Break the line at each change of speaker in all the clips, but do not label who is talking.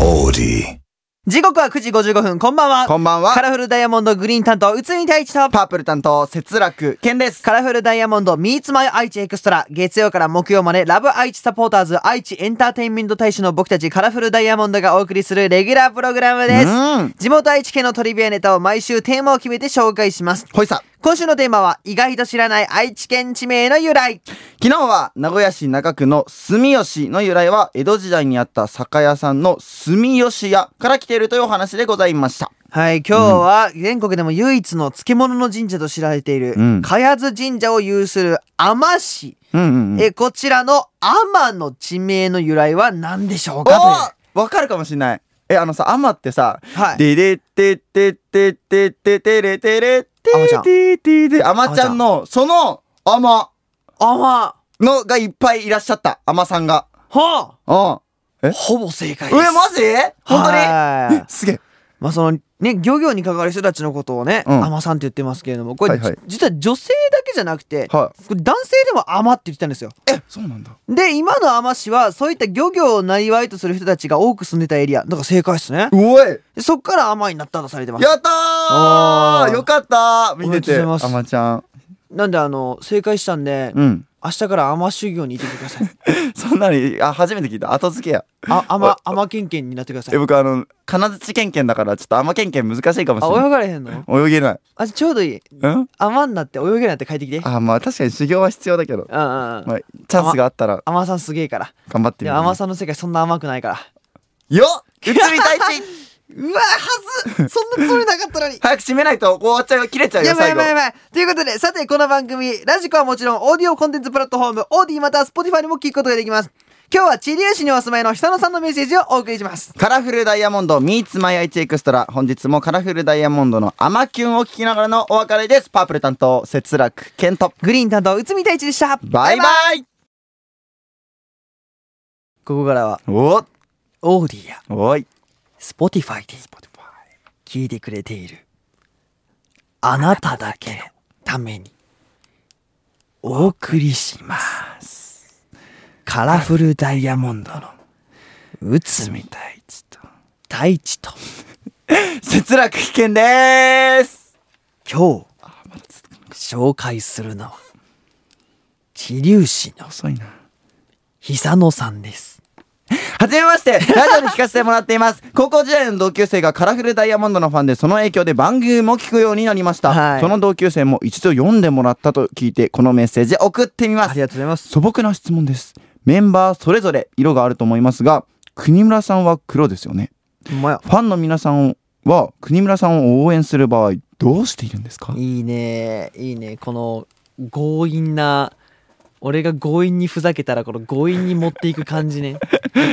オーデ
時刻は9時55分、こんばんは。
こんばんは
カラフルダイヤモンドグリーン担当、宇都宮太一と、
パープル担当、節楽、健です。
カラフルダイヤモンド Meets My 愛知エクストラ月曜から木曜までラブ愛知サポーターズ愛知エンターテインメント大使の僕たちカラフルダイヤモンドがお送りするレギュラープログラムです
うん
地元愛知県のトリビアネタを毎週テーマを決めて紹介します
ほいさ、
今週のテーマは意外と知らない愛知県地名の由来
昨日は名古屋市中区の住吉の由来は、江戸時代にあった酒屋さんの住吉屋から来ているというお話でございました。
はい今日は全国でも唯一の漬物の神社と知られている
うん
茅津神社を有する海士
うんうん、うん。
えこちらの天の地名の由来は何でしょう
お
かという
ーわかるかもしんない。え、あのさ、アマってさ、
はい
でれってってってってっててれてれって
アマちゃん
ててて、アマちゃんの、その、アマ
天は
のがいっぱいいらっしゃった、アマさんが。
あ
うん。
ほぼ正解
え、
です。
マジ本当に
はい
えすげえ。
まあそのね、漁業に関わる人たちのことをね、
うん
海、マさんって言ってますけれども、これ、
はいはい
実は女性だけじゃなくて、
は
これ男性でも海って言ってたんですよ。
い。え、そうなんだ。
で、今の海市は、そういった漁業をなりわいとする人たちが多く住んでたエリア。だから正解ですね。
おい
でそっから海になったとされてます。
やった
おー
ーよかったー見
おめ
てて。
でとうございます
あまちゃん。
なんで、あの、正解したんで、
うん。
明日から海修行に行ってくだ さい。
そんなに、あ、初めて聞いた。後付けや。
あ、海、海県県になってくださ
え、
い。
僕あの、金槌県県だから、ちょっと甘県県難しいかもし
あ、
れ
泳がれへんの
ない。泳げない。
あ、ちょうどいい。
うん
海になって泳げないって帰ってきて。うん
あ、まあ確かに修行は必要だけ
うん
ど。
うん。
まあ、チャンスがあったら
海さんすげえから。
頑張って
で
み
も
る。
甘さんの世界そんな甘くないから
よっ移りたいち
うわはずそんなつもりなかったのに
早く閉め ないと終わっちゃうよ。切れちゃう
や
よ、
ばいや
最後
ばい。やばいということでさてこの番組ラジコはもちろんオーディオコンテンツプラットフォームオーディまたは Spotify にも聞くことができます今日は知立市にお住まいの久野さんのメッセージをお送りします
カラフルダイヤモンド Meets My IT エクストラ。本日もカラフルダイヤモンドのアマキュンを聞きながらのお別れです。パープル担当、節楽、ケント。
グリーン担当内海太一でした
バイバイ
ここからは
おっ
オーディや
おい。
Spotify で聞いてくれているあなただけのためにお送りしますカラフルダイヤモンドの宇都
みたい、ちょっ
太一と
と。節楽危険でーす
今日紹介するのは知立市の
遅いな。
久野さんです
はじめまして、ラジオで聞かせてもらっています。 高校時代の同級生がカラフルダイヤモンドのファンで、その影響で番組も聞くようになりました。
はい
その同級生も一度読んでもらったと聞いて、このメッセージ送ってみます。
ありがとうございます
素朴な質問です。メンバーそれぞれ色があると思いますが、国村さんは黒ですよね。
ほんまや
ファンの皆さんは国村さんを応援する場合、どうしているんですか
いいねいいねこの強引な俺が強引にふざけたらこの強引に持っていく感じ ね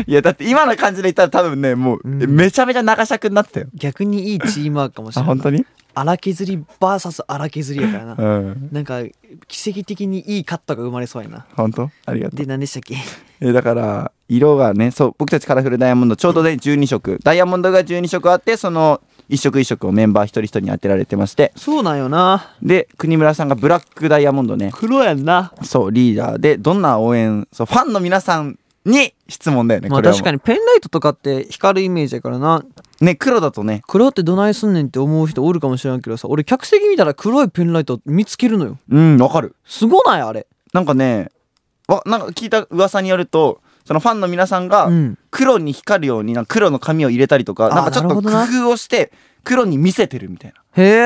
いや、だって今の感じで言ったら多分ね、もう、
うん
めちゃめちゃ長尺になってたよ。
逆にいいチームワークかもしれな
あ、
い
本当に
荒削り VS 荒削りやからな
うん。
なんか奇跡的にいいカットが生まれそうやな
本当ありがとう。
で何でしたっけ
えだから色がねそう僕たちカラフルダイヤモンドちょうどね12色ダイヤモンドが12色あってその1色1色をメンバー一人一人に当てられてまして
そうなんよな
で国村さんがブラックダイヤモンドね
黒やんな
そうリーダーでどんな応援そうファンの皆さんに質問だよね、
まあ
これはも
確
う
かにペンライトとかって光るイメージやからな
ね黒だとね
黒ってどないすんねんって思う人おるかもしれんけどさ俺客席見たら黒いペンライト見つけるのよ
うんわかる
すごないあれ
なんかねわなんか聞いた噂によるとそのファンの皆さんが
うん
黒に光るようになんか黒の髪を入れたりとか
あ
なんかちょっ
なる
と
ほ
工
どな
夫をして黒に見せてるみたい
へえ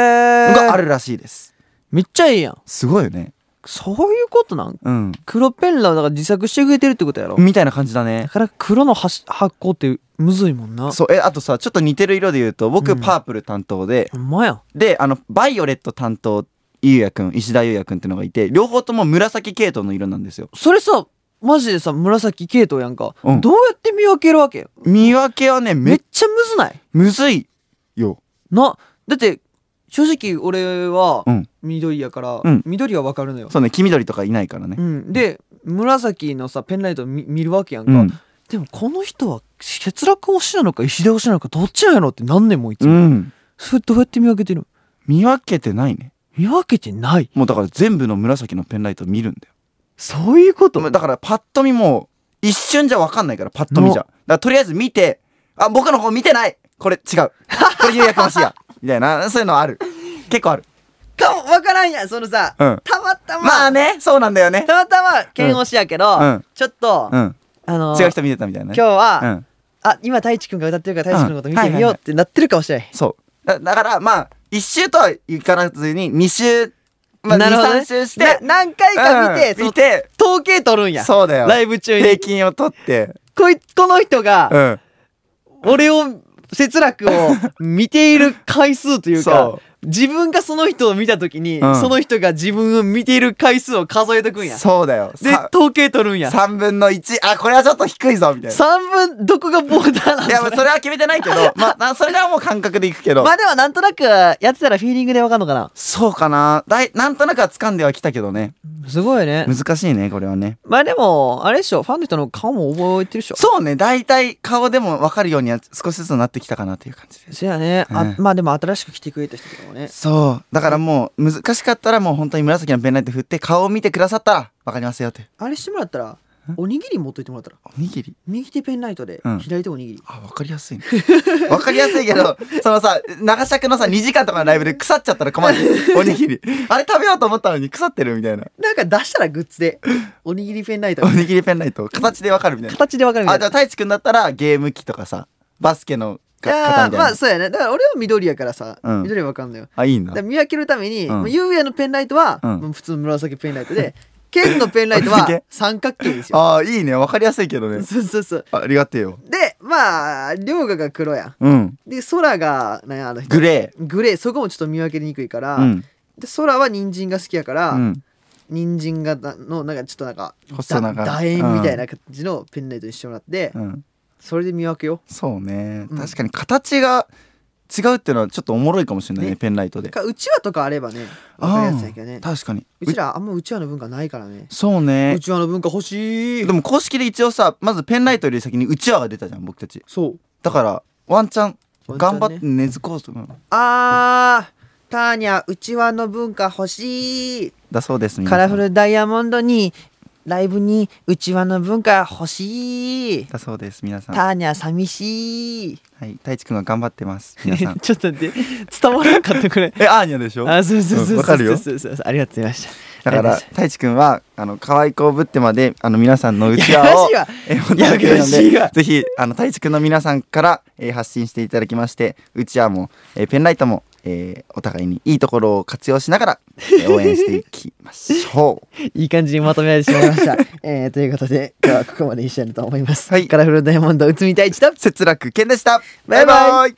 なのがあるらしいです、
めっちゃいいやん
すごいよね
そういうことなん
うん
黒ペンライトだから自作してくれてるってことやろ
みたいな感じだね
だ。から黒の発発光ってむずいもんな
そうえあとさちょっと似てる色で言うと
う
僕
ん
パープル担当で、
ほんまやん
であのバイオレット担当ゆうやくん石田ゆうやくんってのがいて両方とも紫系統の色なんですよ。
それさマジでさ紫系統やんか、
うん
どうやって見分けるわけ
見分けはね
め
め
っちゃむずない
むずいよ。
なだって正直俺は
うん
緑やから、
うん
緑はわかるのよ、
そうね黄緑とかいないからね
う。ん、で紫のさペンライト見見るわけやんか、
うん。
でもこの人は欠落推しなのか石田推しなのかどっちなんやろって何年もいつ
う
も、
ん、
それどうやって見分けてるの
見分けてないね。
見分けてない
もうだから全部の紫のペンライト見るんだよ。
そういうこと
だからパッと見もう一瞬じゃ分かんないからパッと見じゃ。だからとりあえず見てあ、僕の方見てないこれ違う。これ夕焼 け星や。みたいな、そういうのある。結構ある。
かも、わからんやん、そのさ、
うん
たまたま、
まあね、そうなんだよね
た。またま、剣押しやけど、
うん
ちょっと、
うん。
あのー
違う人見てたみたいなね。
今日は、
うん。
あ、今、太一くんが歌ってるから、太一くんのこと見てみよう
うん
ってなってるかもしれない。
そう。だだから、まあ、一周とはいかなずに、二周、まあ、
な
二、
るほどね
三周して、
な何回か見て、
うん
その
見て、
統計取るんや。
そうだよ。
ライブ中
平
に。
均を取って、
こいこの人
う
が、
ん。
俺を、節 楽を見ている回数というか
そ、
自分がその人を見たときに、
うん
その人が自分を見ている回数を数えとくんや。
そうだよ。
で、統計取るんや。
3分の1、あ、これはちょっと低いぞ、みたいな。
三分、どこがボーダーなん
い
だ
や、まあそれは決めてないけ ど、まあな、それはもう感覚でいくけど
ま。あでもなんとなくやってたらフィーリングでわかるのかな。
そうかな。だい、なんとなくは掴んではきたけどね。
すごいね。
難しいね、これはね。
まあでも、あれでしょ、ファンの人の顔も覚えてるでしょ。
そうね、大体顔でも分かるようには少しずつなってきたかなっていう感じで。
そやね。あ
うん
まあでも新しく来てくれた人とかもね。
そう。だからもう、難しかったらもう本当に紫のペンライト振って顔を見てくださったら、わかりますよって。
あれしてもらったら、おにぎり持っといてもらったら。
おにぎり
右手ペンライトで、
うん
左手おにぎり。
あ、わかりや すいね。わかりやすいけど、そのさ、長尺のさ、2時間とかのライブで腐っちゃったら困る。おにぎり。あれ食べようと思ったのに腐ってるみたいな。
なんか出したらグッズで、おにぎりペンライト
お。にぎりペンライト、形でわかるみたいな。
形でわかるみた
あ、
い
じゃ
な。
あ、太一くんだったら、ゲーム機とかさ、バスケのか
あ
方
あ
みたい
ま
な。
あそうやね。だから俺は緑やからさ、
うん
緑はわかんないよ。
あ、いいんだ
だから。見分けるために、
うん
もうゆうやのペンライトは、
うん
もう普通の紫ペンライトで、剣のペンライトは三角形ですよ。
ああ、いいね。わかりやすいけどね。
そうそうそう。
ありがてえよ。
で、まあ、涼河が黒やん。
うん。
で、空が、なんやあの人
グレ
グレー、そこもちょっと見分けにくいから、
ー。うん。
で、空は人参が好きやから、
うん。
人参がだの、なんかちょっとなんか、
細長い
だ楕円みたいな感じのペンライトにしてもらって、
うん。
それで見分けよ
そうね。
うん
確かに形が違うっていうのはちょっとおもろいかもしれないね、
ね
ペンライトで
う。。か、うちわとかあればね、分かりやすいけど
あ
ね
ー。確かに。
うちらあんまうちわの文化ないからね。
そうね
う。ちわの文化欲しい
でも公式で一応さ、まずペンライトより先にうちわが出たじゃん、僕たち。
そう。
だから、ワンチャン、
ワンチャンね
頑張って根付こうと思う。
あー、ターニャ、うちわの文化欲しい。
だそうです、皆
カ
さ
ラ
ん
フルダイヤモンドにライブにうちわの文化欲しい
だそうです、皆さん。は
ターニャ寂しい。
い。太一くんが頑張ってます、皆さ ん
ちょっと待って伝わらんかった これ
え、アーニャでしょ
あそうそうそうそう
わかるよ
そうそうそうありがとうございました
だから
あり
太一くんはあの可愛い子をぶってまであの皆さんのうちわを
やかしいわ
えー持ってるわけなの
やかしい
で
わ
ぜひあの太一くんの皆さんから、えー発信していただきましてうちわも、えーペンライトも、えーお互いにいいところを活用しながら、えー応援していきましょ う。
いい感じにまとめられてしまいま した、えー、ということで今日はここまでにしたいなと思います、
はい
カラフルダイヤモンド内海太一と
節楽健でした。
バイバイ
イ